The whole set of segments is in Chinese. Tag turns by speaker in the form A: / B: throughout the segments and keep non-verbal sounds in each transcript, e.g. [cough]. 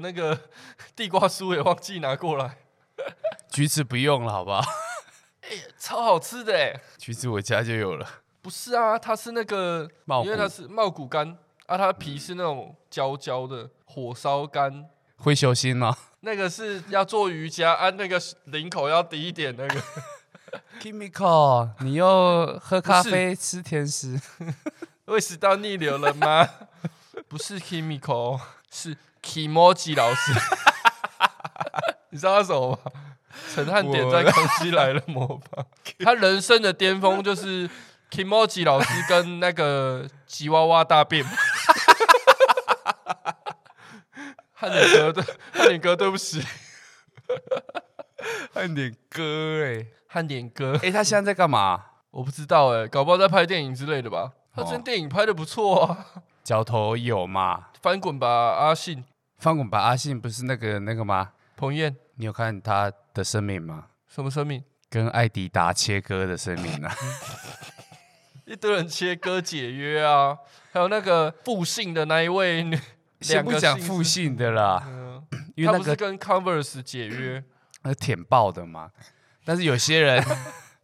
A: 那个地瓜酥也忘记拿过来，
B: 橘子不用了，好 [laughs] 吧？
A: 超好吃的哎！
B: 橘子我家就有了。
A: 不是啊，它是那个，
B: 茂
A: 因为它
B: 谷
A: 是茂谷干啊，它的皮是那种焦焦的火烧干，
B: 会修心吗
A: 那个是要做瑜伽啊，那个领口要低一点那个。
B: ？Kimiko，你又喝咖
A: 不是
B: 啡吃甜 [laughs] 食，
A: 胃食道逆流了吗？ [laughs] 不是 Kimiko，是 Kimoji 老 [laughs] 师。你知道他什么吗？陈汉典在《康熙来了》模 [laughs] 仿，他人生的巅峰就是 Kimoji 老师跟那个吉娃娃大 [laughs] 便。汉典哥，对，汉典哥，对不起，
B: 看点歌哎、
A: 汉典哥，
B: 哎、他现在在干嘛？
A: 我不知道哎、搞不好在拍电影之类的吧？他这
B: 哦
A: 电影拍的不错啊，
B: 脚头有嘛？
A: 翻滚吧，阿信、
B: 翻滚吧，阿信不是那个那个吗？
A: 彭晏，
B: 你有看他的声明吗？
A: 什么生命？
B: 跟艾迪达切割的声明 [laughs] 啊，
A: 一堆人切割解约啊，还有那个复姓的那一位女，
B: 先不讲
A: 两个姓氏
B: 复姓的啦，
A: 嗯，
B: 因
A: 他
B: 为
A: 不
B: 那
A: 是
B: 个
A: 跟 Converse 解约，
B: 那舔爆的嘛。但是有些 [laughs] 人，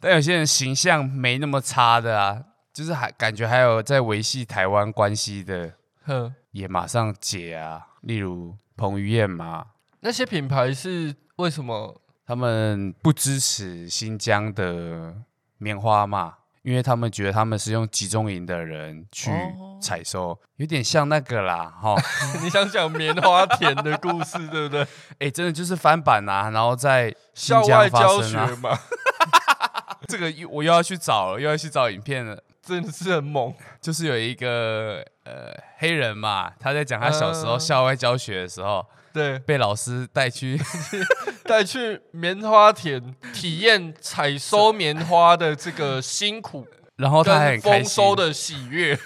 B: 但有些人形象没那么差的啊，就是还感觉还有在维系台湾关系的，
A: 哼，
B: 也马上解啊。例如彭于晏嘛，
A: 那些品牌是为什么？ [laughs]
B: 他们不支持新疆的棉花嘛，因为他们觉得他们是用集中营的人去
A: 哦
B: 采收，有点像那个啦，哈。
A: 你想讲棉花田的故事，对不对？
B: 哎、真的就是翻版啊，然后在新
A: 校外
B: 疆发
A: 教
B: 生
A: 学
B: 啊。
A: 嘛，
B: 这个又我又要去找了，又要去找影片了。
A: 真的是很猛。
B: 就是有一个呃黑人嘛，他在讲他小时候
A: 嗯
B: 校外教学的时候，
A: 对，
B: 被老师带去 [laughs]
A: 带去棉花田体验采收棉花的这个辛苦，
B: 然后哦他
A: 跟
B: 还很开
A: 丰
B: 心
A: 收的喜悦。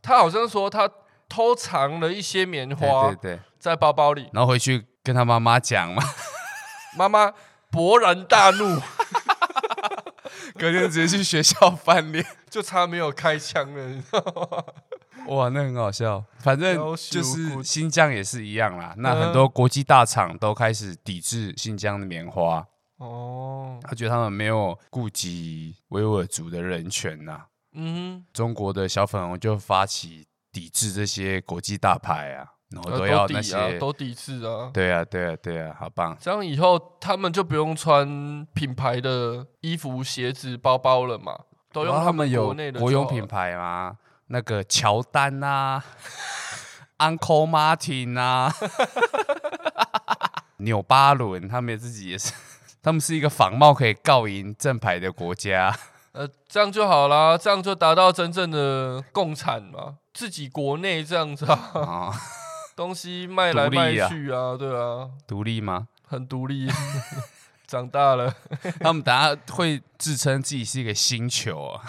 A: 他好像说他偷藏了一些棉花
B: 对对对，
A: 在包包里，
B: 然后回去跟他妈妈讲 [laughs] 嘛，
A: 妈妈勃然大怒， [laughs]
B: 隔天直接去学校翻脸，
A: 就差没有开枪了，你知道吗？
B: [laughs]
A: [laughs]
B: 哇，那很好笑。反正
A: 要
B: 就
A: 求
B: 是
A: 过
B: 新疆也是一样啦，那
A: 嗯
B: 很多国际大厂都开始抵制新疆的棉花，
A: 哦，
B: 他觉得他们没有顾及维吾尔族的人权呐、
A: 嗯，
B: 中国的小粉红就发起抵制这些国际大牌啊，然后
A: 呃
B: 都要
A: 抵
B: 那些、
A: 啊，都抵制啊。
B: 对啊，对啊，对啊，好棒！
A: 这样以后他们就不用穿品牌的衣服、鞋子、包包了嘛，都用
B: 然后他们有
A: 国内的
B: 国用
A: 就好了
B: 品。牌吗？那个乔丹啊 [laughs] ，Uncle Martin 啊， [laughs] 纽巴伦，他们自己也是， [laughs] 他们是一个仿冒可以告赢正牌的国家。 [laughs]
A: 呃，这样就好啦，这样就达到真正的共产嘛，自己国内这样子啊，
B: 啊，
A: [laughs] 东西卖来
B: 独
A: 卖
B: 立啊
A: 去啊，对啊，
B: 独立
A: [laughs]
B: 吗？
A: 很独立。长大了，
B: 他们等下会自称自己是一个星球啊，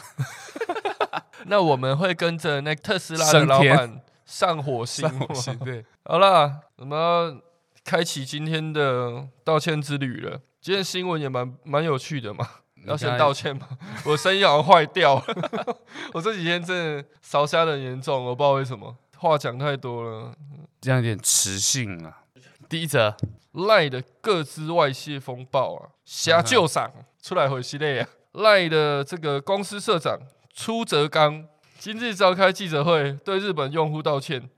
A: [laughs] 那我们会跟着那特斯拉的
B: 升
A: 老
B: 天
A: 板上火星
B: 上火
A: 吗
B: 星对，
A: [laughs] 好啦，我们要开启今天的道歉之旅了。今天新闻也蛮蛮有趣的嘛，要先道歉
B: [laughs]
A: 吗？我声音好像坏掉了， [laughs] 我这几天真的烧瞎的严重，我不知道为什么，话讲太多了。
B: 这样有点磁性啊。第一则，
A: 赖的各自外泄风暴啊，瞎救赏出来回系列啊，赖的这个公司社长出泽刚今日召开记者会，对日本用户道歉，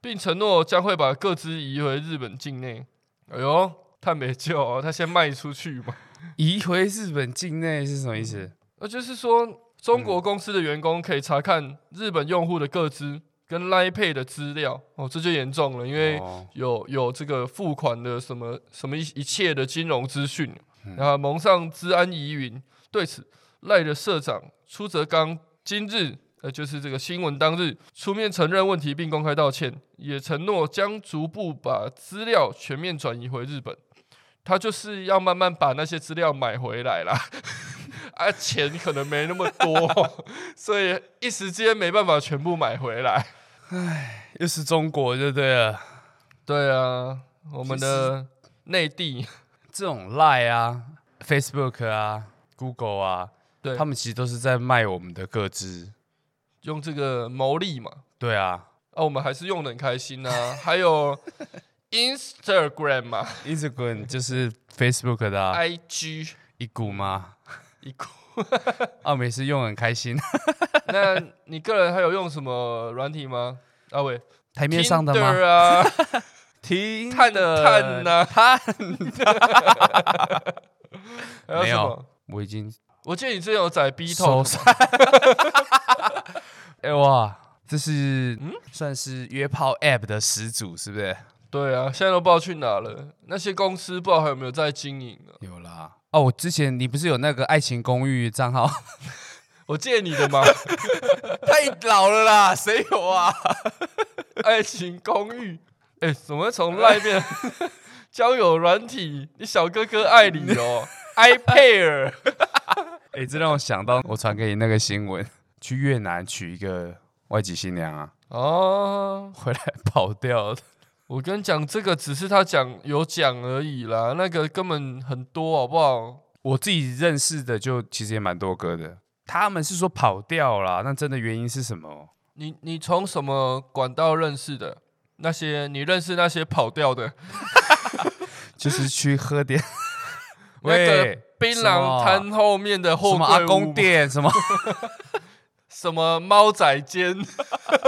A: 并承诺将会把各自移回日本境内。哎呦，太没救哦，他先卖出去嘛。
B: 移回日本境内是什么意思？
A: 那就是说，中国公司的员工可以查看日本用户的个资跟 Line Pay 的资料哦，这就严重了，因为
B: 哦
A: 有有这个付款的什么什么一一切的金融资讯，然后蒙上治安疑云。对此，赖的社长出泽刚今日呃，就是这个新闻当日出面承认问题并公开道歉，也承诺将逐步把资料全面转移回日本。他就是要慢慢把那些资料买回来啦， [laughs] 啊，钱可能没那么多， [laughs] 所以一时间没办法全部买回来。
B: 又是中国就对了。
A: 对啊，我们的内地，
B: 这种 Line 啊、Facebook 啊、Google 啊，
A: 对
B: 他们其实都是在卖我们的各自。
A: 用这个牟利嘛，
B: 对啊， [laughs]
A: 啊，我们还是用的很开心啊。还有 Instagram 嘛
B: Instagram 就是 Facebook 的、啊、
A: ，IG
B: 一股嘛，
A: 一股。
B: [laughs] 啊，每次用很开 [laughs] 心。
A: 那你个人还有用什么软体吗？阿伟，
B: 台面上的
A: Tinder
B: 吗？ [laughs]
A: 啊，
B: 听
A: 探啊探呐、
B: 探，啊
A: [laughs] 还有
B: 没
A: 什
B: 有
A: 么？
B: 我已经
A: 我记得你之前有载 B
B: 收
A: 头，
B: [laughs] 山。哎哇，这是算是约炮 App 的始祖，是不是？
A: 对啊，现在都不知道去哪了。那些公司不知道还有没有在经营啊？
B: 有啦。哦，我之前你不是有那个爱情公寓账号？
A: 我借你的嘛，
B: [laughs] 太老了啦，谁有啊？
A: 《 [laughs] 爱情公寓》哎，怎么会从赖
B: [laughs]
A: 变交友软体？你小哥哥爱你哦 [laughs]
B: [laughs]
A: ，iPair
B: 哎、这让我想到我传给你那个新闻，去越南娶一个外籍新娘啊，
A: 哦。
B: 回来跑掉了。
A: 我跟你讲，这个只是他讲有讲而已啦，那个根本很多，好不好？
B: 我自己认识的就其实也蛮多个的，他们是说跑掉啦，那真的原因是什么？
A: 你你从什么管道认识的？那些你认识那些跑掉的，
B: 就是去喝点
A: 那个槟榔
B: 什
A: 摊后面的货
B: 啊
A: 柜
B: 什么
A: 屋
B: 阿公店
A: [laughs]
B: 什么
A: 什么猫仔间， [laughs]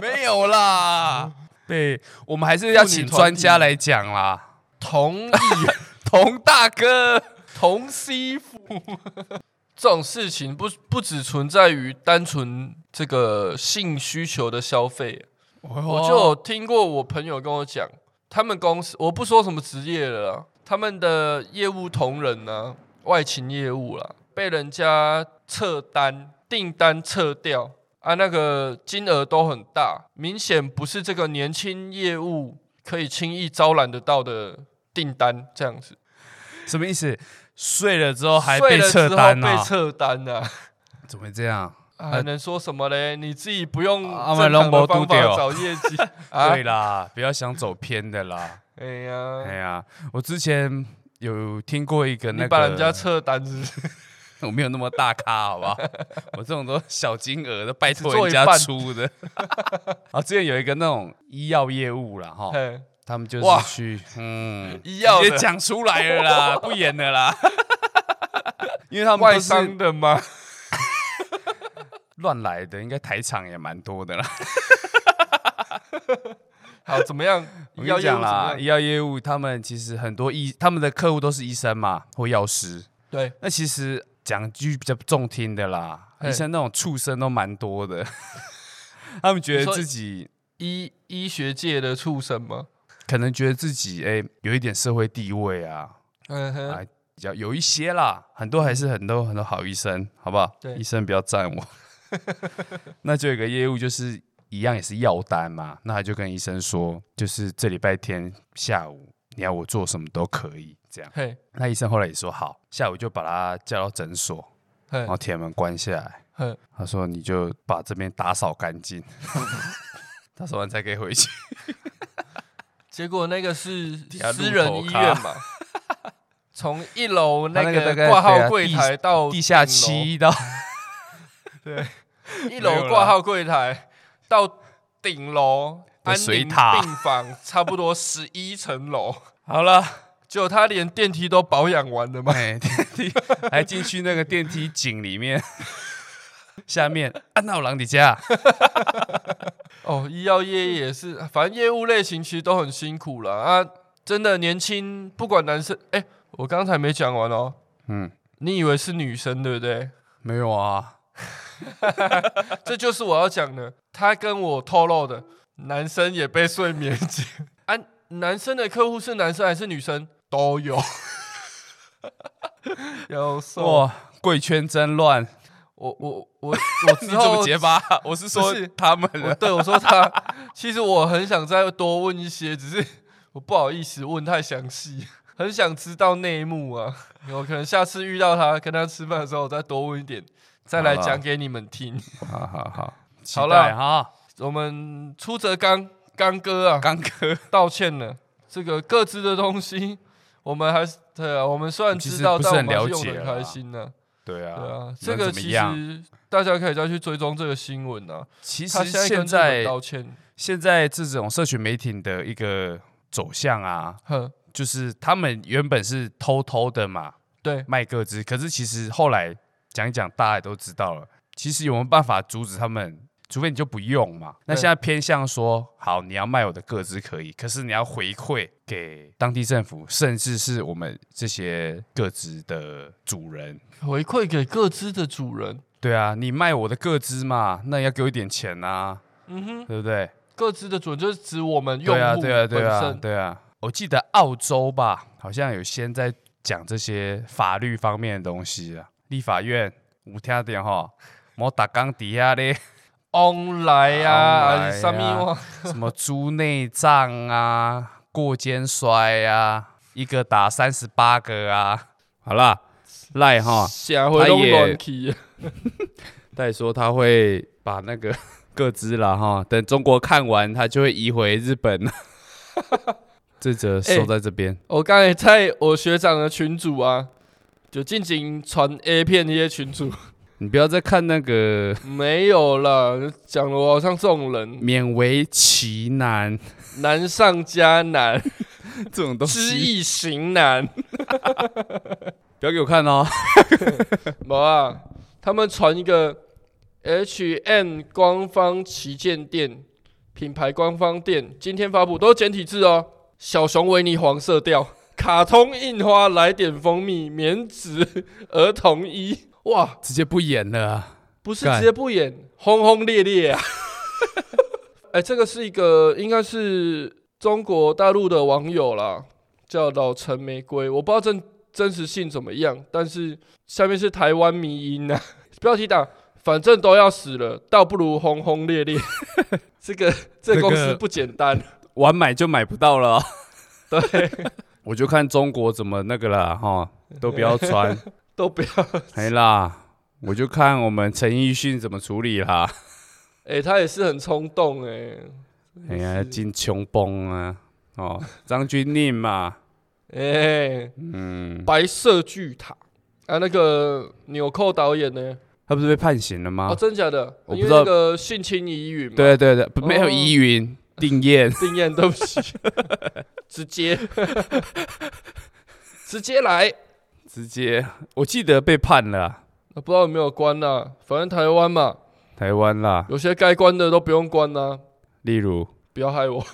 B: 没有啦。对，我们还是要请专家来讲啦。
A: 同意
B: 童大哥，
A: 同西服 [laughs] 这种事情不不只存在于单纯这个性需求的消费， [laughs]
B: 哦
A: 我就有听过我朋友跟我讲，他们公司我不说什么职业了啦，他们的业务同仁呢、外勤业务啦，被人家撤单订单撤掉啊，那个金额都很大，明显不是这个年轻业务可以轻易招揽得到的订单，这样子。
B: 什么意思？睡了之后还
A: 睡
B: 被
A: 了
B: 撤
A: 之后
B: 单呢、
A: 被撤单啊，
B: 怎么会这样？
A: 还能说什么嘞？你自己不用
B: 啊
A: 正
B: 我们
A: 常的
B: 都
A: 方
B: 没
A: 法
B: 丢掉
A: 找业
B: [laughs]
A: 绩啊
B: 对！啦，不要想走偏的啦。
A: 哎呀，
B: 哎呀，我之前有听过一个那
A: 你
B: 个，
A: 把人家撤单是不是
B: 我没有那么大咖，好不好？ [laughs] 我这种都小金额的，拜托
A: 只做一
B: 人家
A: 半
B: 出
A: [laughs]
B: 的。啊，之前有一个那种医药业务啦，哈，
A: 嘿
B: 他们就
A: 哇
B: 是去，嗯，
A: 医药
B: 直接
A: 的
B: 讲出来了
A: [laughs]
B: 啦，不演了啦， [laughs] 因为他们
A: 外
B: 都
A: 商
B: 是
A: 的吗？
B: 乱来的，应该台场也蛮多的啦。
A: [laughs] 好，怎么样？
B: [laughs] 我
A: 医药
B: 跟你
A: 业务
B: 讲
A: 怎
B: 啦，
A: 么
B: 医
A: 样？
B: 药业务他们其实很多医，他们的客户都是医生嘛或药师。
A: 对，
B: 那其实讲句比较中听的啦，
A: 嘿
B: 医生那种畜生都蛮多的， [laughs] 他们觉
A: 你
B: 得
A: 说
B: 自己
A: 医医学界的畜生吗？
B: 可能觉得自己哎、有一点社会地位啊，
A: 嗯哼，
B: 哎比较有一些啦，很多还是很多很多好医生，好不好？
A: 嗯对
B: 医生不要赞我。 [laughs] 那就有一个业务就是一样也是药单嘛，那他就跟医生说，就是这礼拜天下午你要我做什么都可以，这样。
A: 嘿，
B: 那医生后来也说好，下午就把他叫到诊所，
A: 嘿
B: 然，后铁门关下来。
A: 嘿，
B: 他说你就把这边打扫干净， [laughs] 打扫完再可以回去。
A: 结果那个是
B: 下路
A: 私人
B: 口
A: 医
B: 咖
A: 院嘛，从一楼
B: 他那个大概
A: 挂
B: 对
A: 号
B: 啊
A: 柜
B: 地
A: 台到
B: 地下
A: 顶楼
B: 七到
A: 哦
B: [laughs]
A: 一
B: 没有
A: 楼
B: 啦
A: 挂号柜台到顶楼
B: 的
A: 安
B: 水
A: 宁
B: 塔
A: 病
B: [laughs]
A: 房，差不多十一层楼，
B: 好了。
A: 结果他连电梯都保养完了
B: [laughs]
A: 嘛。
B: 哎，电梯还进去那个电梯井里面， [laughs] 下面啊安娜朗底家，
A: 哦，医药业也是，反正业务类型其实都很辛苦了啊。真的年轻，不管男生，哎、我刚才没讲完哦。
B: 嗯，
A: 你以为是女生对不对？
B: 没有啊，
A: 这就是我要讲的。他跟我透露的，男生也被睡眠姐 [laughs] 啊，男生的客户是男生还是女生都有，有说
B: 哇，贵圈真乱，
A: 我
B: [laughs]
A: 我我我之
B: 你怎么
A: 后
B: 结啊巴？ [laughs] 我是说
A: 不是
B: 他们
A: 我
B: 了，
A: 对我说他，其实我很想再多问一些，只是我不好意思问太详细，很想知道内幕啊。有可能下次遇到他，跟他吃饭的时候，我再多问一点，再来
B: 好啦
A: 讲给你们听。
B: 好好好，期
A: 好
B: 待
A: 了
B: 哈，
A: 我们出则刚刚哥啊，[laughs]
B: 刚哥，
A: 道歉了。这个各自的东西， [laughs] 我们还是对啊，我们虽然知道，
B: 其实
A: 但
B: 不
A: 我们
B: 是很
A: 还是
B: 了
A: 用
B: 解
A: 的
B: 啦
A: 开心呢、
B: 对
A: 对啊
B: 啊，，
A: 这
B: 能
A: 个
B: 怎么
A: 其
B: 样？
A: 实大家可以再去追踪这个新闻啊。
B: 其
A: 他
B: 实
A: 现在跟日本
B: 现在
A: 道歉，
B: 现在这种社群媒体的一个走向啊，
A: 哼，
B: 就是他们原本是偷偷的嘛
A: 对，
B: 卖各自，可是其实后来讲一讲，大家也都知道了，其实有没有办法阻止他们？除非你就不用嘛。那
A: 对
B: 现在偏向说，好，你要卖我的各自可以，可是你要回馈给当地政府，甚至是我们这些各自的主人。
A: 回馈给各自的主人，
B: 对啊，你卖我的各自嘛，那也要给我一点钱啊，
A: 嗯哼，
B: 对不对？
A: 各自的主人就是指我们用
B: 对啊，
A: 户
B: 对啊，
A: 本
B: 对啊，
A: 身，
B: 对啊。我记得澳洲吧，好像有先在讲这些法律方面的东西啊。立法院有听点哈，莫打钢底下咧， [laughs]
A: 翁来
B: 翁
A: 啊，
B: 来啊
A: 什么哇，
B: 什么猪内脏啊、过肩摔啊，一个打三十八个啊。好啦，赖哈，
A: 下回都
B: 啊他也
A: 乱去，
B: 再说他会把那个 [laughs] 各自啦哈，等中国看完，他就会移回日本。 [laughs] 这则
A: 哎
B: 收在这边，
A: 我刚才在我学长的群组啊，就进行传 A 片的一些群组，
B: 你不要再看那个
A: 没有啦，讲的我好像这种人，
B: 勉为其难
A: 难上加难，
B: 这种 [laughs] 东
A: 知
B: 西，
A: 易行难。 [laughs]
B: 不要给我看哦。
A: 没啊，他们传一个 H M 官方旗舰店品牌官方店，今天发布都是简体字哦，小熊维尼黄色调， [laughs] 卡通印花，来点蜂蜜，棉质儿童衣，哇，
B: 直接不演了啊、
A: 不是
B: 干
A: 直接不演，轰轰烈烈啊！ [laughs] 哎、这个是一个应该是中国大陆的网友啦，叫老陈玫瑰，我不知道真真实性怎么样，但是下面是台湾迷音啊， [laughs] 标题党，反正都要死了，倒不如轰轰烈 [laughs] 烈。这个这
B: 这
A: 个公
B: 个
A: 司不简单，
B: 晚买就买不到了、
A: 对，
B: [laughs] 我就看中国怎么那个了哈，都不要 [laughs] 穿，
A: 都不要。
B: 哎啦，我就看我们陈奕迅怎么处理啦。
A: 哎、他也是很冲动哎、
B: 哎呀，金穷崩啊，哦，张钧甯嘛，
A: 哎、
B: 嗯，
A: 白色巨塔啊，那个纽扣导演呢？
B: 他不是被判刑了吗？
A: 哦，真假的？
B: 啊我
A: 因
B: 不
A: 为
B: 知道
A: 那个性侵疑云嘛，
B: 对对对，不没有
A: 哦
B: 依云定谳，
A: 定验，对不
B: [laughs]
A: 起，直接 [laughs] 直接来，
B: 直接我记得被判了啊，
A: 不知道有没有关啦、反正台湾嘛，
B: 台湾啦，
A: 有些该关的都不用关啦、
B: 例如
A: 不要害
B: [laughs]
A: 我。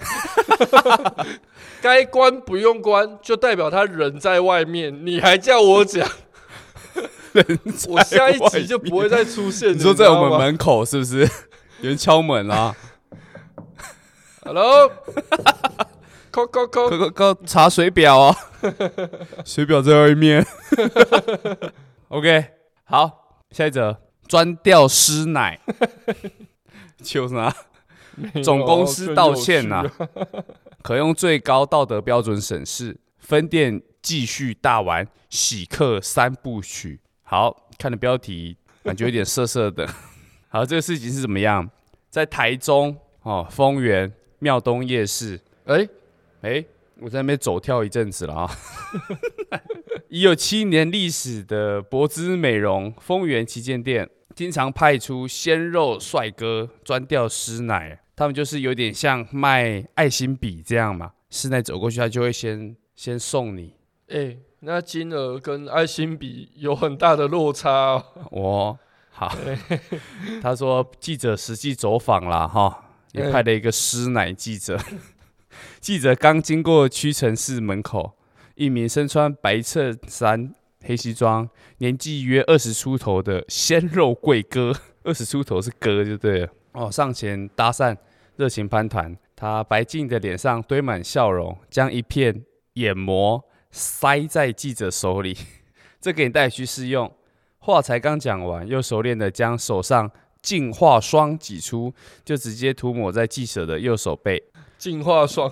A: 该关不用关，就代表他人在外面，你还叫我讲？我下一集就不会再出现。
B: 你说在我们
A: 门
B: 门口是不是？ [laughs] 有人敲门啊？ [laughs]
A: ，Hello，扣扣扣
B: 哥，哥哥，查水表哦，水表在外面。OK，好，下一则，专调师奶， [laughs] 求啥？
A: [laughs]
B: 总
A: 哦
B: 公司道歉啊呐、
A: 呐、
B: [laughs] 可用最高道德标准审视，分店继续大玩喜客三部曲。好看的标题，感觉有点涩涩的。 [laughs] 好，这个事情是怎么样？在台中哦，丰原庙东夜市，
A: 哎、
B: 哎、我在那边走跳一阵子了啊。 [laughs] 已有七年历史的博姿美容丰原旗舰店，经常派出鲜肉帅哥专调师奶，他们就是有点像卖爱心笔这样嘛。师奶走过去，他就会先先送你。
A: 哎、那金额跟爱心比有很大的落差、哦。
B: [laughs] 我好， [laughs] 他说记者实际走访啦，哈，也
A: 嗯
B: 派了一个师奶记者。 [laughs] 记者刚经过屈臣氏门口，一名身穿白衬衫、黑西装、年纪约二十出头的鲜肉贵哥，二十出头是哥就对了哦，上前搭讪，热情攀谈。他白净的脸上堆满笑容，将一片眼膜塞在记者手里， [laughs] 这给你带去试用。话才刚讲完，又熟练的将手上净化霜挤出，就直接涂抹在记者的右手背。 [laughs]
A: 净化霜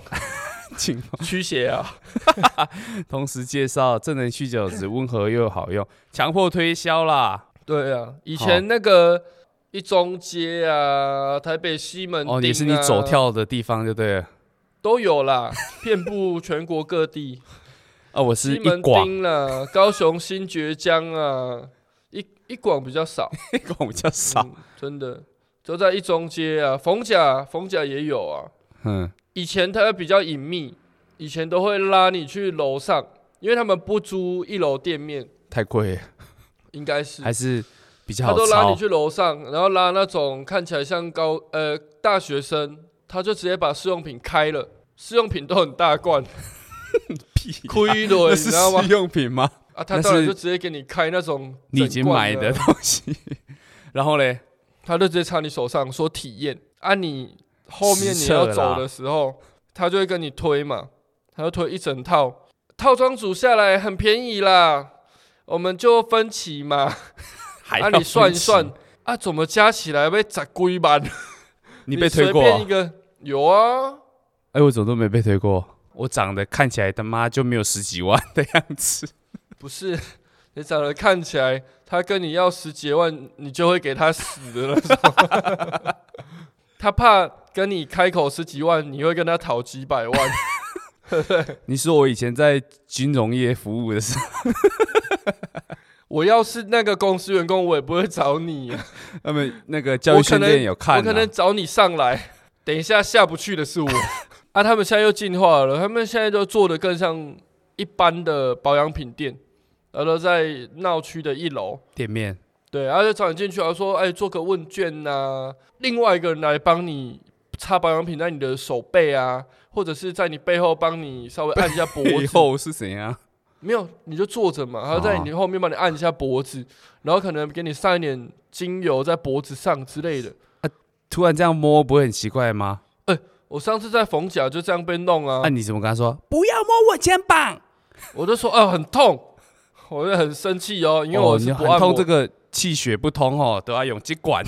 B: 净化，
A: 驱邪
B: [laughs]
A: 啊，
B: 同时介绍这能去角质温和又好用，强迫推销啦。
A: 对啊，以
B: 好
A: 前那个一中街啊，台北西门、啊
B: 哦，也是你走跳的地方就对了。
A: 都有啦，遍布全国各地，
B: 啊，我 [laughs] 是
A: 西
B: 一
A: 门
B: 广，
A: 町啦，高雄新爵江啊，一一广比较少，
B: 一广比较 [laughs] 少。
A: 嗯真的都在一中街啊，逢甲逢甲也有啊，
B: [laughs] 嗯，
A: 以前它比较隐秘，以前都会拉你去楼上，因为他们不租一楼店面，
B: 太贵了，
A: 应该是
B: 还是比
A: 嗯
B: 较
A: 他
B: 好
A: 都拉你
B: 抄。
A: 去楼上，然后拉那种看起来像高呃大学生，他就直接把试用品开了，试用品都很大罐，
B: [laughs] 屁
A: 亏
B: 那
A: 了，你
B: 是
A: 知道吗
B: 试？用品吗？
A: 啊，他
B: 那
A: 当然
B: 是
A: 就直接给你开那种
B: 你已经
A: 整罐
B: 买的东西， [laughs] 然后嘞，
A: 他就直接插你手上说体验啊，你后面你
B: 实测
A: 要
B: 啦
A: 走的时候，他就会跟你推嘛，他就推一整套，套装组下来很便宜啦，我们就分期嘛，
B: 还
A: 啊
B: 要
A: 你算一
B: 分期
A: 算，啊怎么加起来被砸龟板？
B: 你被推
A: 随
B: 过
A: 便
B: 啊
A: 一？个有啊，
B: 哎，我怎么都没被推过？我长得看起来他妈就没有十几万的样子，
A: 不是。 [laughs] 你长得看起来，他跟你要十几万，你就会给他死的那种。
B: [laughs]
A: 他怕跟你开口十几万，你会跟他讨几百万。
B: 你说我以前在金融业服务的时候， [laughs]
A: 我要是那个公司员工，我也不会找
B: [laughs]
A: 你、啊。
B: 他们那个教育训练有看、啊，
A: 我可能找你上来，等一下下不去的
B: [laughs]
A: 是我。啊，他们现在又进化了，他们现在都做的更像一般的保养品店，然后都在闹区的一楼。
B: 店 [laughs] 面
A: 对，然后就找你进去，然后说，哎，做个问卷呐、另外一个人来帮你擦保养品在你的手背啊，或者是在你背后帮你稍微按一下脖
B: 背
A: 子，啊
B: 后是怎样？
A: 没有，你就坐着嘛，然
B: 啊
A: 后在你后面帮你按一下脖子，然后可能给你上一点精油在脖子上之类的。
B: 突然这样摸不会很奇怪吗？
A: 我上次在缝甲就这样被弄啊
B: 那、，你怎么跟他说不要摸我肩膀？
A: 我就说哦很痛，我就很生气哦，因为我
B: 哦
A: 是
B: 你
A: 不按摩。
B: 很痛，这个气血不通哦，都要用气管。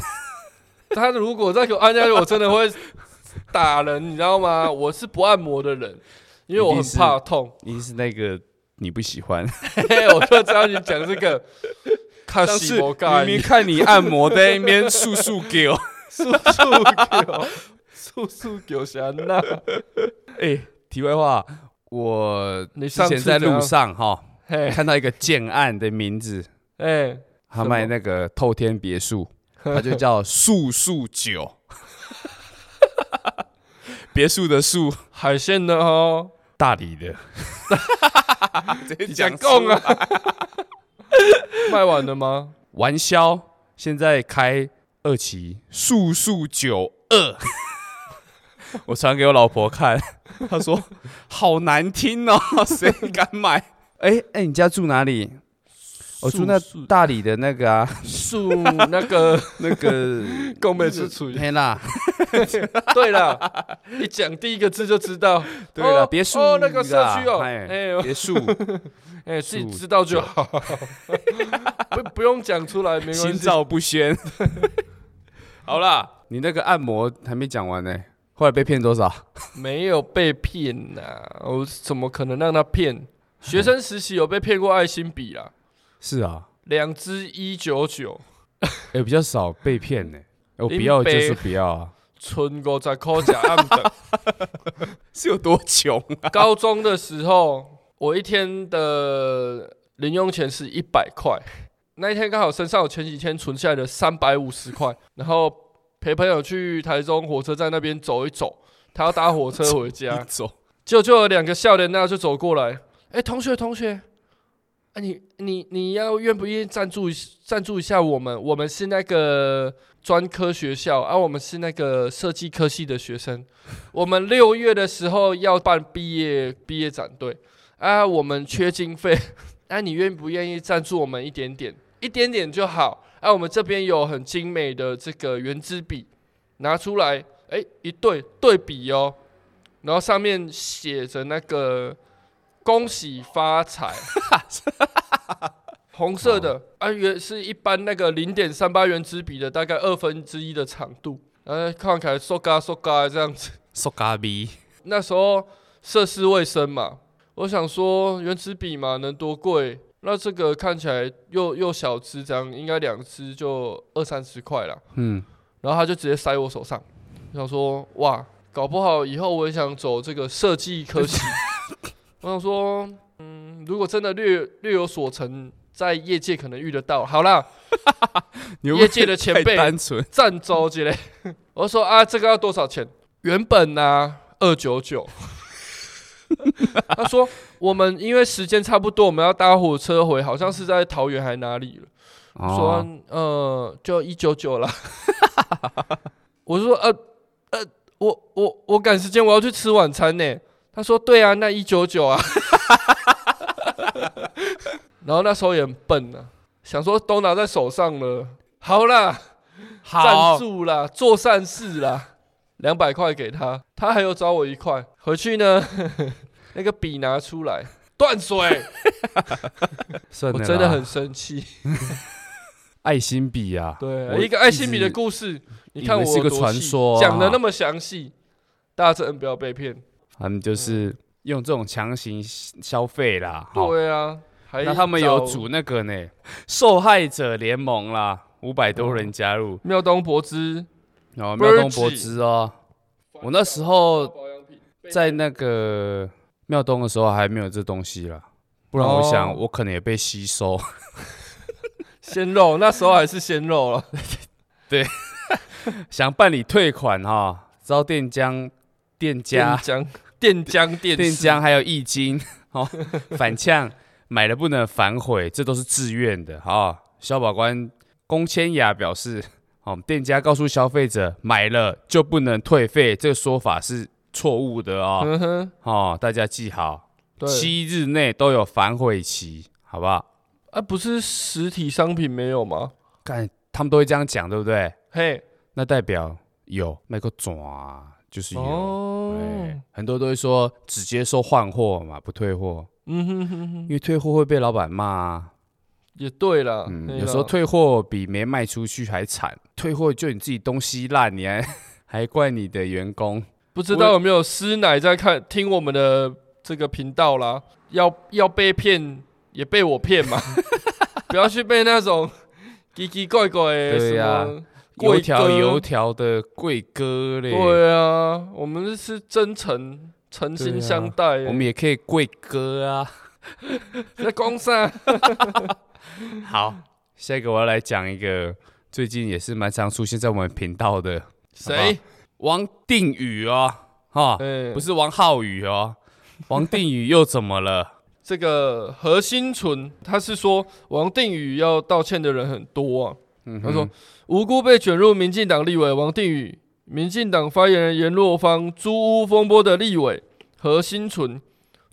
A: 他如果再给我按下去，我真的会打人，你知道吗？我是不按摩的人，因为我
B: 一
A: 很
B: 定是
A: 怕痛。
B: 你是那个你不喜
A: [laughs]
B: 欢，
A: 嘿嘿，我就知道你讲这个，看
B: 上
A: 洗
B: 次
A: 摩盖
B: 明明看你按摩在那边速速给我， [laughs]
A: 速速 [laughs] 狗，速速狗侠那，
B: 哎、题外话，我
A: 你
B: 之
A: 上
B: 前
A: 次
B: 在
A: 怎样
B: 路上哈
A: 嘿，
B: 看到一个建案的名字，
A: 哎。
B: 他卖那个透天别墅，他就叫素素
A: [laughs]
B: 酒，别墅的树，
A: 海鲜的 [laughs] 哦，
B: 大理的， [laughs]
A: 你讲供啊，卖完了吗？
B: 玩销现在开二期素素九二， [laughs] 我传给我老婆看，她说好难听哦，谁敢买？哎哎、你家住哪里？我住那
A: 素
B: 大理的那个啊，
A: 素那个
B: 那个
A: [laughs] 宫本是处
B: 嘿啦，
A: [laughs] 对了，一讲第一个字就知 [laughs] 道。
B: 对了，
A: 哦
B: 别墅
A: 哦，那个社区哦，
B: 啦 [laughs]
A: 哎
B: 哎，
A: 哎
B: 别墅
A: 哎，自己
B: 素
A: 知道就 [laughs] 好，不不用讲出来， [laughs] 没关
B: 心
A: 系。
B: 照不宣。好啦，你那个按摩还没讲完呢、后来被骗多少？
A: 没有被骗呐、我怎么可能让他骗？学生实习有被骗过爱心笔啦，
B: 是啊，
A: 两支一九九，
B: 哎、比较少被骗呢、哎我不
A: 林
B: 要就是
A: 北
B: 不要啊，
A: 存五十块假暗等。
B: 是有多穷？
A: [laughs] 高中的时候，我一天的零用钱是一百块，那一天刚好身上有前几天存下来的三百五十块，然后陪朋友去台中火车站那边走一走，他要搭火车回家
B: [laughs] 一，种
A: 就就有两个笑脸那就走过来，哎、同学同学，啊你你你要愿不愿意赞助一赞助一下我们？我们是那个专科学校啊，我们是那个设计科系的学生，我们六月的时候要办毕业毕业展队啊，我们缺经费，啊你愿不愿意赞助我们一点点？一点点就好，啊我们这边有很精美的这个圆珠笔，拿出来，哎、一对对比哦。然后上面写着那个“恭喜发财”，红色的，啊，原是一般那个零点三八元纸笔的大概二分之一的长度，呃，看起来嗖嘎嗖嘎这样子。
B: 塑胶逼，
A: 那时候涉世未深嘛，我想说原子笔嘛能多贵？那这个看起来又又小只，这样应该两只就二三十块啦。
B: 嗯，
A: 然后他就直接塞我手上，我想说哇，搞不好以后我也想走这个设计科系。我想说，嗯，如果真的略略有所成，在业界可能遇得到。好啦，
B: 你会不会
A: 业界的前
B: 太
A: 辈
B: 单纯，
A: 站周之 [laughs] 类。啊我就说啊，这个要多少钱？原本呢二九九，他说我们因为时间差不多，我们要搭火车回，好像是在桃园还哪里了。说
B: 哦，
A: 呃，就一九九了。 [laughs] 我说呃呃，我我我赶时间，我要去吃晚餐呢。他说对啊，那一九九啊。 [laughs] 然后那时候也很笨啊，想说都拿在手上了，好啦，赞
B: 好，
A: 助啦，做善事啦，两百块给他，他还有找我一块，回去呢， [laughs] 那个笔拿出来断水，
B: 算
A: 我
B: 了啦，
A: 真的很生气。
B: 爱心笔啊，我
A: 对，一个爱心笔的
B: 直
A: 故事，你
B: 以
A: 看我
B: 为是
A: 有
B: 个
A: 多
B: 传
A: 细
B: 说啊
A: 讲的那么详细，大家真的不要被骗。
B: 他们就是用这种强行消费啦。好
A: 嗯对啊，还
B: 那他们
A: 找
B: 有组那个呢，受害者联盟啦，五百多人加入，
A: 妙东博之
B: 然后
A: Birgie
B: 妙东博之哦。我那时候在那个妙东的时候还没有这东西啦，不然我想
A: 哦
B: 我可能也被吸收。 [laughs]
A: 鲜肉，那时候还是鲜肉啊
B: [laughs]
A: 了。
B: 想办理退款哈、招店江、店
A: 电
B: 家、
A: 浆、电浆、电
B: 店
A: 浆，
B: 江还有易经哦，反呛买了不能反悔，这都是自愿的哈、消保官龚千雅表示，哦，店家告诉消费者买了就不能退费，这个说法是错误的哦。
A: 嗯哼，
B: 哦，大家记好，
A: 对，
B: 七日内都有反悔期，好不好？
A: 啊，不是实体商品没有吗？
B: 干，他们都会这样讲，对不对？
A: 嘿，
B: 那代表有那个爪，就是有。哎
A: 哦
B: 对，，很多都会说只接受换货嘛，不退货，
A: 嗯哼哼哼，
B: 因为退货会被老板骂、啊。
A: 也对啦，
B: 嗯，
A: 对
B: 有时
A: 啦
B: 候退货比没卖出去还惨，退货就你自己东西烂，你还 [laughs] 还怪你的员工。
A: 不知道有没有师奶在看听我们的这个频道啦？要要被骗也被我骗
B: [laughs]
A: 嘛，不要去被那种奇奇怪怪的
B: 对
A: 什
B: 呀
A: 么
B: 油
A: 贵
B: 条
A: 哥
B: 油条的贵哥嘞，
A: 对啊，我们是真诚诚心相待耶。
B: 啊我们也可以贵哥啊。
A: 在公山
B: 好，下一个我要来讲一个最近也是蛮常出现在我们频道的
A: 谁？
B: 王定宇哦，哈，
A: 哎，
B: 不
A: 不是
B: 是王浩宇哦，王定宇又怎么了？
A: 这个何心存，他是说王定宇要道歉的人很多啊。
B: 嗯
A: 他
B: 哼
A: 说无辜被卷入民进党立委王定宇、民进党发言人严若芳租屋风波的立委何新存，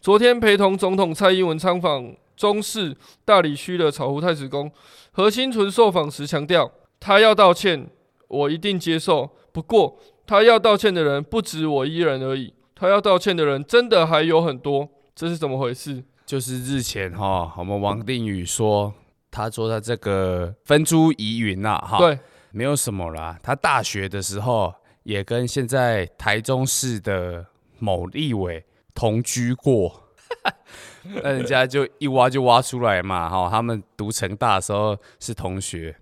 A: 昨天陪同总统蔡英文参访中市大理区的草湖太子宫。何新存受访时强调，他要道歉，我一定接受。不过，他要道歉的人不止我一人而已，他要道歉的人真的还有很多。这是怎么回事？
B: 就是日前哈，我们王定宇说，他说他这个分株疑云呐、哈，，
A: 对，
B: 没有什么啦。他大学的时候也跟现在台中市的某立委同居过， [laughs] 那人家就一挖就挖出来嘛，哈，他们读成大的时候是同学，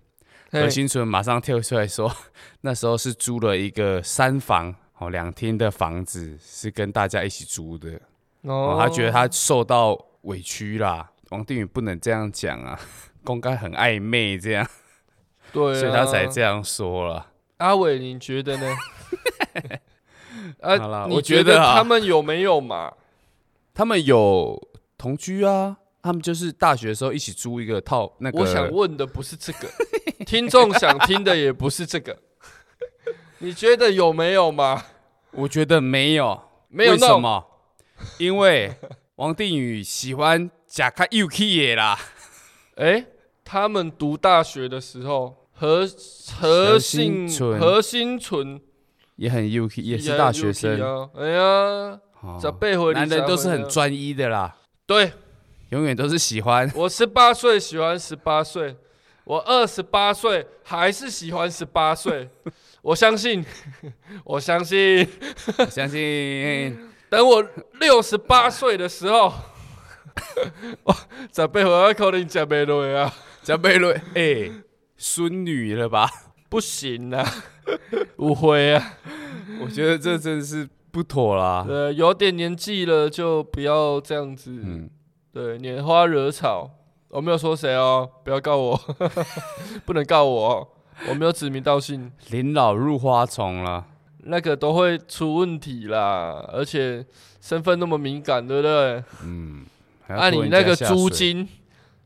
B: 何
A: 嘿
B: 新存马上跳出来说， [laughs] 那时候是租了一个三房哦两厅的房子，是跟大家一起租的。
A: 哦
B: 哦，他觉得他受到委屈啦。王定宇不能这样讲啊， [laughs] 公开很暧昧这样，
A: 对、啊，
B: 所以他才这样说了。
A: 阿伟，你觉得
B: [laughs]
A: 呢？
B: 好啦
A: 啊，你
B: 我觉
A: 觉
B: 得啊
A: 他们有没有嘛？
B: 他们有同居啊，他们就是大学的时候一起租一个套那个。
A: 我想问的不是这个，听众想听的也不是这个。你觉得有没有嘛？
B: 我觉得没有，
A: 没有
B: 为
A: 那
B: 什
A: 种
B: 么？因为王定宇喜欢假开 UK 啦，
A: [laughs] 哎、他们读大学的时候，何何信
B: 心存
A: 何心存
B: 也很 UK，也是大学生。
A: 啊。哎呀，
B: 哦
A: 这背回
B: 男人都是很
A: 赚。
B: 专一的
A: 啊
B: 啦，
A: 对
B: 永远都是
A: [laughs]
B: 喜欢
A: 我十八岁喜欢十八岁，我二十八岁还是喜欢十八岁。我相信， [laughs] 我相信。
B: 相信
A: 等我六十八岁的时候，我十八岁我可能食袂落啊，
B: 加贝瑞哎，孙女
A: [laughs]
B: 了吧？
A: 不行啊， [laughs] 误会啊，
B: 我觉得这真的是不妥啦。
A: 呃，有点年纪了就不要这样子，
B: 嗯，
A: 对，拈花惹草。我没有说谁哦，不要告我， [laughs] 不能告我哦、我没有指名道姓。
B: 临老入花丛了。
A: 那个都会出问题啦，而且身份那么敏感，对不对？
B: 嗯，还要
A: 按、
B: 拖
A: 啊你
B: 人
A: 那
B: 家
A: 个
B: 下
A: 租
B: 水，
A: 金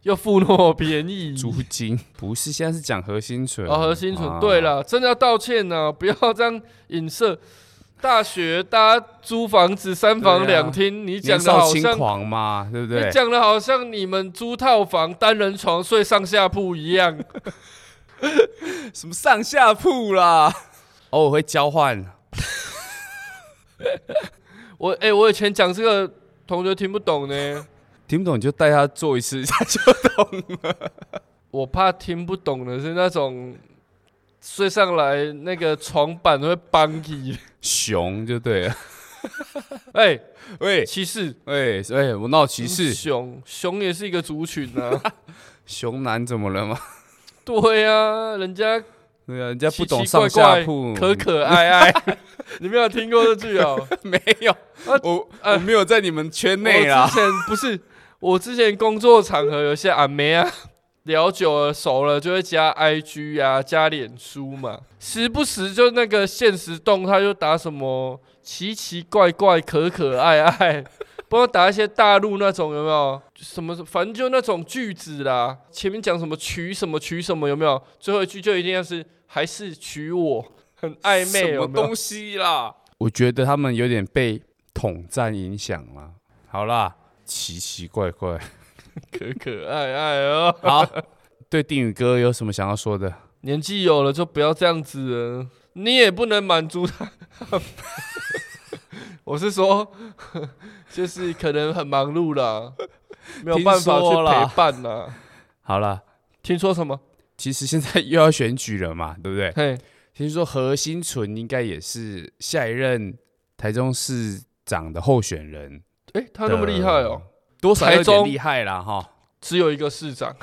A: 又付那么便宜，
B: 租金 [laughs] 不是现在是讲核心存，
A: 哦，核心存、
B: 啊
A: 对，了，真的要道歉呢、不要这样影射。大学大家租房子三房
B: 对啊
A: 两厅，你
B: 年
A: 讲的
B: 少
A: 好
B: 轻
A: 像
B: 狂嘛，对不
A: 你
B: 对？
A: 讲的好像你们租套房单人床睡上下铺一样。
B: 什么上下铺啦， [laughs] 偶尔会交换，
A: 我哎、我以前讲这个同学听不懂呢，
B: 听不懂你就带他做一次，他 [laughs] 就
A: 我怕听不懂的是那种睡上来那个床板会崩
B: [laughs]
A: 起。
B: 熊就对了。
A: 哎、
B: 喂嗯
A: 歧视
B: 喂喂，我闹歧视，
A: 熊熊也是一个族群啊。 [laughs]
B: 熊男怎么了吗？ [laughs]
A: 对啊，人家
B: 对啊，人家不懂
A: 奇奇怪
B: 上
A: 怪
B: 下铺，
A: 可可爱爱，
B: [laughs]
A: 你没有听过这句哦？
B: 没有，我
A: 呃
B: 我没有在你们圈内
A: 我
B: 啦
A: 之。前不是，我之前工作场合有些阿妹啊，聊久了熟了就会加 IG 啊，加脸书嘛，时不时就那个现实动态就打什么奇奇怪怪、可可爱爱。帮我打一些大陆那种有没有？什么反正就那种句子啦，前面讲什么娶什么娶什么有没有？最后一句就一定要是还是娶我，很暧昧
B: 什
A: 有
B: 么
A: 没有？
B: 东西啦？我觉得他们有点被统战影响了。好啦，奇奇怪怪。
A: 可可爱爱哦。
B: 好，对定宇哥有什么想要说的？
A: 年纪有了就不要这样子了，你也不能满足他。 [laughs] 我是说， [laughs] 就是可能很忙碌啦，没有办法
B: 听
A: 去
B: 说啦
A: 陪伴啦。
B: 好啦，
A: 听说什么？
B: 其实现在又要选举了嘛，对
A: [laughs]
B: 不对？
A: 嘿，
B: 听说何心纯应该也是下一任台中市长的候选人，
A: 诶，他那么厉害哦、，
B: 多少有
A: 台中
B: 点厉害啦哈。
A: 只有一个市长，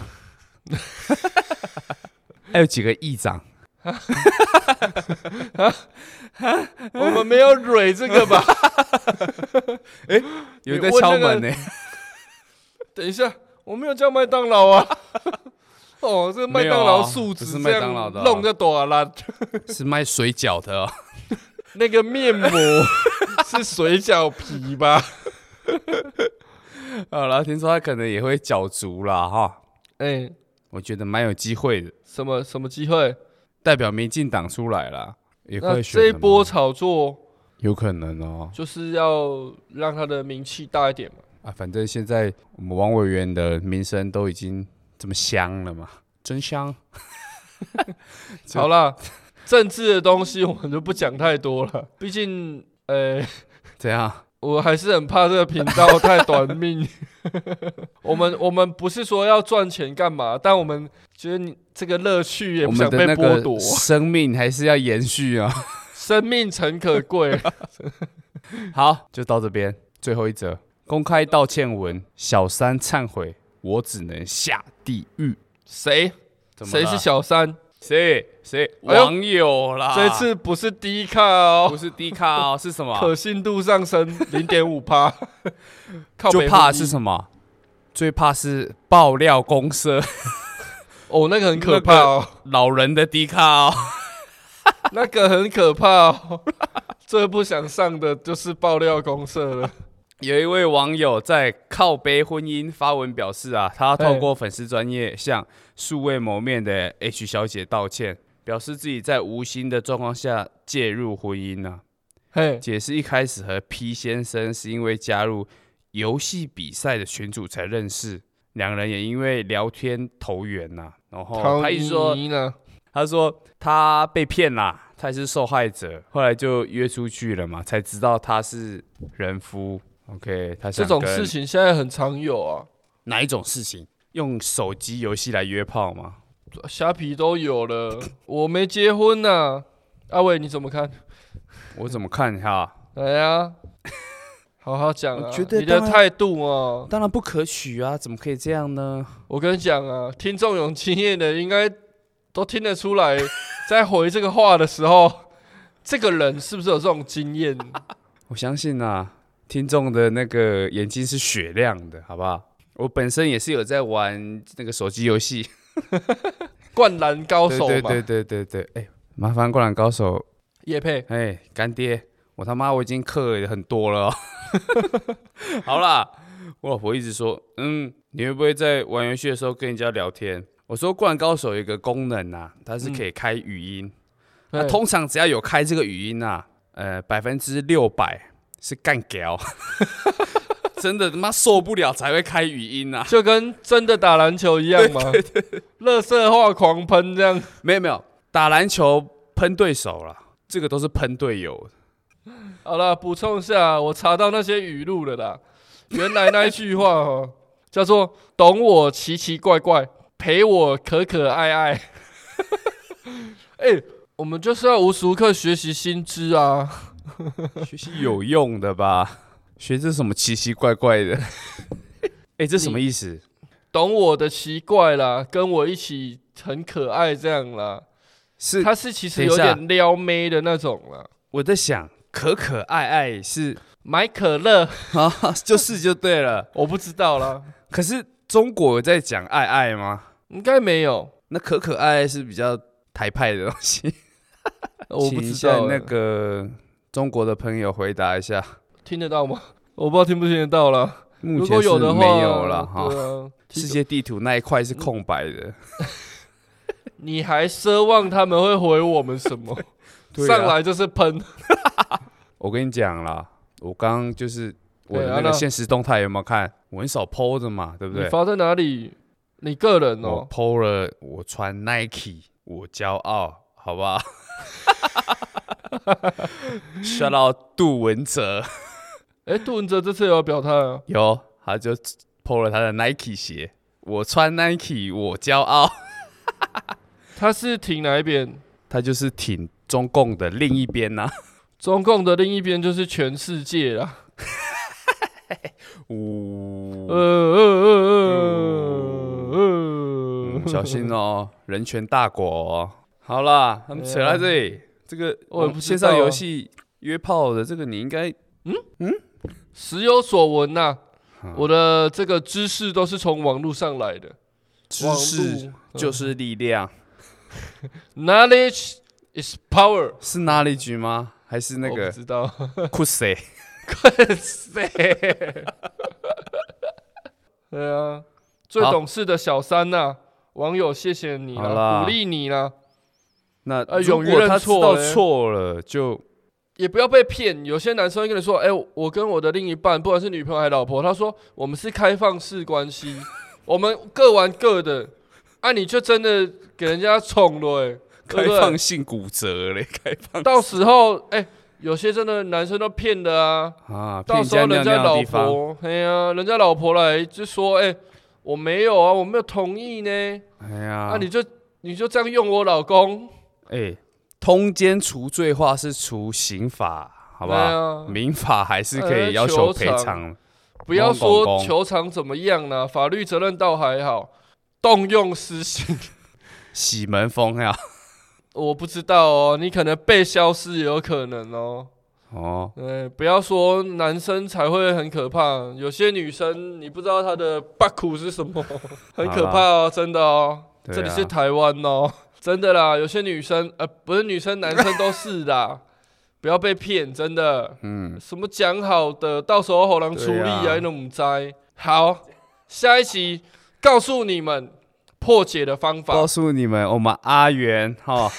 B: 还有几个议长，
A: 我们没有蕊这个
B: [laughs]
A: 吧？
B: 有人
A: 你
B: 在
A: 问
B: 敲
A: 那个
B: 门呢、
A: [laughs] 等一下，我没有叫麦当劳啊。 [laughs] 哦，这个麦当劳素
B: 没有啊不
A: 质
B: 是
A: 这
B: 麦
A: 样
B: 当劳的啊
A: 弄得多啦，
B: 是卖水饺的、哦。
A: 那个面膜是水饺皮吧？
B: [laughs] 好了，听说他可能也会角逐啦哈，
A: 诶，
B: 我觉得蛮有机会的，
A: 哎什么什么机会？
B: 代表民进党出来啦，也
A: 那
B: 快选
A: 这一
B: 了嘛
A: 波炒作
B: 有可能哦
A: 就是要让他的名气大一点嘛。
B: 啊，反正现在我们王委员的名声都已经这么香了嘛，真香。这
A: 好啦，政治的东西我们就不讲太多了，毕竟呃，
B: 怎样？
A: 我还是很怕这个频道太短命。 [laughs] 我们我们不是说要赚钱干嘛，但我们觉得你这个乐趣也
B: 我
A: 不想
B: 们的
A: 被
B: 那
A: 剥夺
B: 个，生命还是要延续
A: [laughs]
B: 啊。
A: 生命诚可
B: [laughs]
A: 贵。
B: 好，就到这边，最后一则公开道歉文，小三忏悔，我只能下地狱。
A: 谁
B: 怎么
A: 谁
B: 了
A: 是小三？
B: 谁谁
A: 哎呦
B: 网友啦？
A: 这次不是低卡哦
B: 啊 [laughs] 不，是低卡哦，是什么？
A: 可信度上升零点五趴，靠
B: 啊就
A: 北
B: 怕
A: 不
B: 是
A: 低
B: 什么？最怕是爆料公社
A: 哦，那个很可
B: 那个
A: 怕哦。
B: [laughs]
A: [laughs]
B: 老人的低卡哦。
A: 那个很可怕哦， [laughs] 最不想上的就是爆料公社了。
B: 有一位网友在靠背婚姻发文表示啊，他透过粉丝专业向素未谋面的 H 小姐道歉，表示自己在无心的状况下介入婚姻啊。
A: 嘿，
B: 解释一开始和 P 先生是因为加入游戏比赛的群组才认识，两人也因为聊天投缘呐、然
A: 哦
B: 后他一直说
A: 你呢？
B: 他说他被骗啦，他也是受害者，后来就约出去了嘛，才知道他是人夫。OK，他
A: 这
B: 想
A: 种
B: 跟
A: 事情现在很常有啊，
B: 哪一种事情？用手机游戏来约炮吗？
A: 虾皮都有 [laughs] 了。我没结婚呐、阿伟你怎么看？
B: 我怎么看哈？
A: 哎呀， [laughs] 好好讲啊
B: 我觉，得
A: 你的
B: 当然
A: 态度啊，
B: 当然不可取啊，怎么可以这样呢？
A: 我跟你讲啊，听众有经验的应该都听得出 [laughs] 来，在回这个话的时候，这个人是不是有这种经 [laughs] 验？
B: 我相信啊，听众的那个眼睛是雪亮的，好不好？我本身也是有在玩那个手机游戏，
A: 灌篮高手嘛，
B: 对对对对对对。哎、麻烦《灌篮高手》
A: 叶佩，
B: 哎，干爹，我他妈我已经克了很多了哦、 [laughs] 好啦，我老婆一直说，嗯，你会不会在玩游戏的时候跟人家聊天？我说《灌篮高手》有一个功能啊，它是可以开语音。那、
A: 对
B: 通常只要有开这个语音啊，呃，百分之六百是干屌， [laughs] 真的他妈受不了才会开语音啊。
A: 就跟真的打篮球一样嘛，
B: [laughs]
A: 乐色话狂喷这样。
B: 没有没有，打篮球喷对手啦，这个都是喷队友的。
A: 好了，补充一下，我查到那些语录了啦。原来那一句话 [laughs] 哦，叫做“懂我奇奇怪怪，陪我可可爱爱” [laughs] 哎、我们就是要无时无刻学习新知啊！
B: 学习有用的吧？学这什么奇奇怪怪 [laughs] 的？哎、这什么意思？
A: 懂我的奇怪啦，跟我一起很可爱这样啦。
B: 是
A: 他是其实
B: 等一
A: 有
B: 下
A: 点撩妹的那种啦，
B: 我在想，可可爱爱是
A: 买可乐
B: 啊，就是就对了。
A: 我不知道啦，
B: 可是中国有在讲爱爱吗？
A: 应该没有，
B: 那可可爱爱是比较台派的东 [laughs] 西。
A: 我不
B: 请一
A: 知
B: 下
A: 道
B: 那
A: 欸
B: 个中国的朋友回答一下。
A: 听得到吗？ [laughs] 我不知道听不听得到啦。
B: 目
A: 如
B: 前
A: 果
B: 是
A: 有的话，
B: 没有了哈。
A: 对啊
B: 世界地图那一块是空白的。
A: 你还奢望他们会回我们什么？
B: [laughs] 对啊
A: 上来就是喷，
B: 我跟你讲啦，我刚刚就是我的
A: 对啊
B: 那个
A: 那
B: 现实动态有没有看？我很少 PO 的嘛，对不
A: 你
B: 对？
A: 发在哪里？你个人
B: 我
A: 哦，
B: PO 了，我穿 Nike，我骄傲，好不好？笑到杜文泽
A: 哎，杜文泽这次也有表态啊，
B: 有，他就 PO 了他的 Nike 鞋，我穿 Nike，我骄傲。
A: 他是挺哪一边？
B: 他就是挺中共的另一边呐、
A: 中共的另一边就是全世界啦。
B: 呜、哦
A: 呃呃呃呃
B: 嗯
A: 呃，
B: 小心哦，人权大国、哦。好啦，他们扯到这里，这个
A: 哎我也
B: 网
A: 不知
B: 线上
A: 道
B: 游
A: 啊
B: 戏约炮的这个你应该
A: 时有所闻呐。
B: 嗯
A: 我的这个知识都是从网络上来的，
B: 知识
A: 网络嗯
B: 就是力量，
A: knowledge is power。
B: 是 knowledge 吗？还是那
A: 我哦
B: 个
A: 不知道，
B: 酷谁？
A: 对啊，最
B: 好
A: 懂事的小三呐、网友谢谢你
B: 好啦
A: 啦，鼓励你啦，
B: 那
A: 呃
B: 如
A: 勇于
B: 果
A: 认
B: 他知
A: 错
B: 道
A: 嘞
B: 错了，就
A: 也不要被骗。有些男生会跟你说：“哎、我跟我的另一半，不管是女朋友还是老婆，他说我们是开放式关系，
B: [laughs]
A: 我们各玩各的。”啊，你就真的给人家宠了、欸，对
B: 开
A: 不对
B: 放性骨折嘞， [laughs] 开放
A: 到时候哎、有些真的男生都骗的啊。
B: 啊，骗
A: 到时候
B: 尿
A: 人家
B: 尿的
A: 老
B: 地方，
A: 婆，哎呀、人家老婆来就说：“哎、我没有啊，我没有同意呢。”
B: 哎呀，
A: 啊，你就你就这样用我老公，
B: 哎，通奸除罪化是除刑法，好不
A: 对
B: 好？
A: 啊呃
B: 民法还是可
A: 哎
B: 以要求
A: 求
B: 赔
A: 偿
B: 偿，
A: 不要
B: 公公
A: 说
B: 公
A: 球场怎么样啦、法律责任倒还好，动用私刑 [laughs]
B: 洗门风呀。
A: 我不知道哦，你可能被消失也有可能哦。
B: 哦，
A: 对，不要说男生才会很可怕，有些女生你不知道她的 b 苦是什么， [laughs] 很可怕哦，真的哦。
B: 对
A: 这里
B: 啊
A: 是台湾哦， [laughs] 真的啦，有些女生呃不是女生，男生都是 [laughs] 啦，不要被骗，真的。
B: 嗯，
A: 什么讲好的，到时候后狼出力
B: 对啊
A: 啊，那种灾。好，下一集告诉你们破解的方法
B: 告。诉你们，我们阿元
A: [laughs]
B: 哈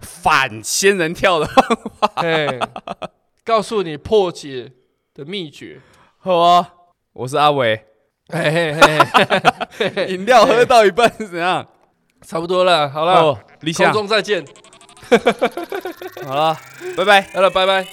B: 反仙人跳的， [laughs]
A: 嘿，告诉你破解的秘诀。
B: 好啊。我是阿伟，
A: 嘿嘿嘿，
B: 饮料喝到一半是怎样？
A: [laughs] 差不多了，好了，
B: 哦，理想
A: 空，中再见，
B: 好了，拜拜。
A: 好了，拜拜。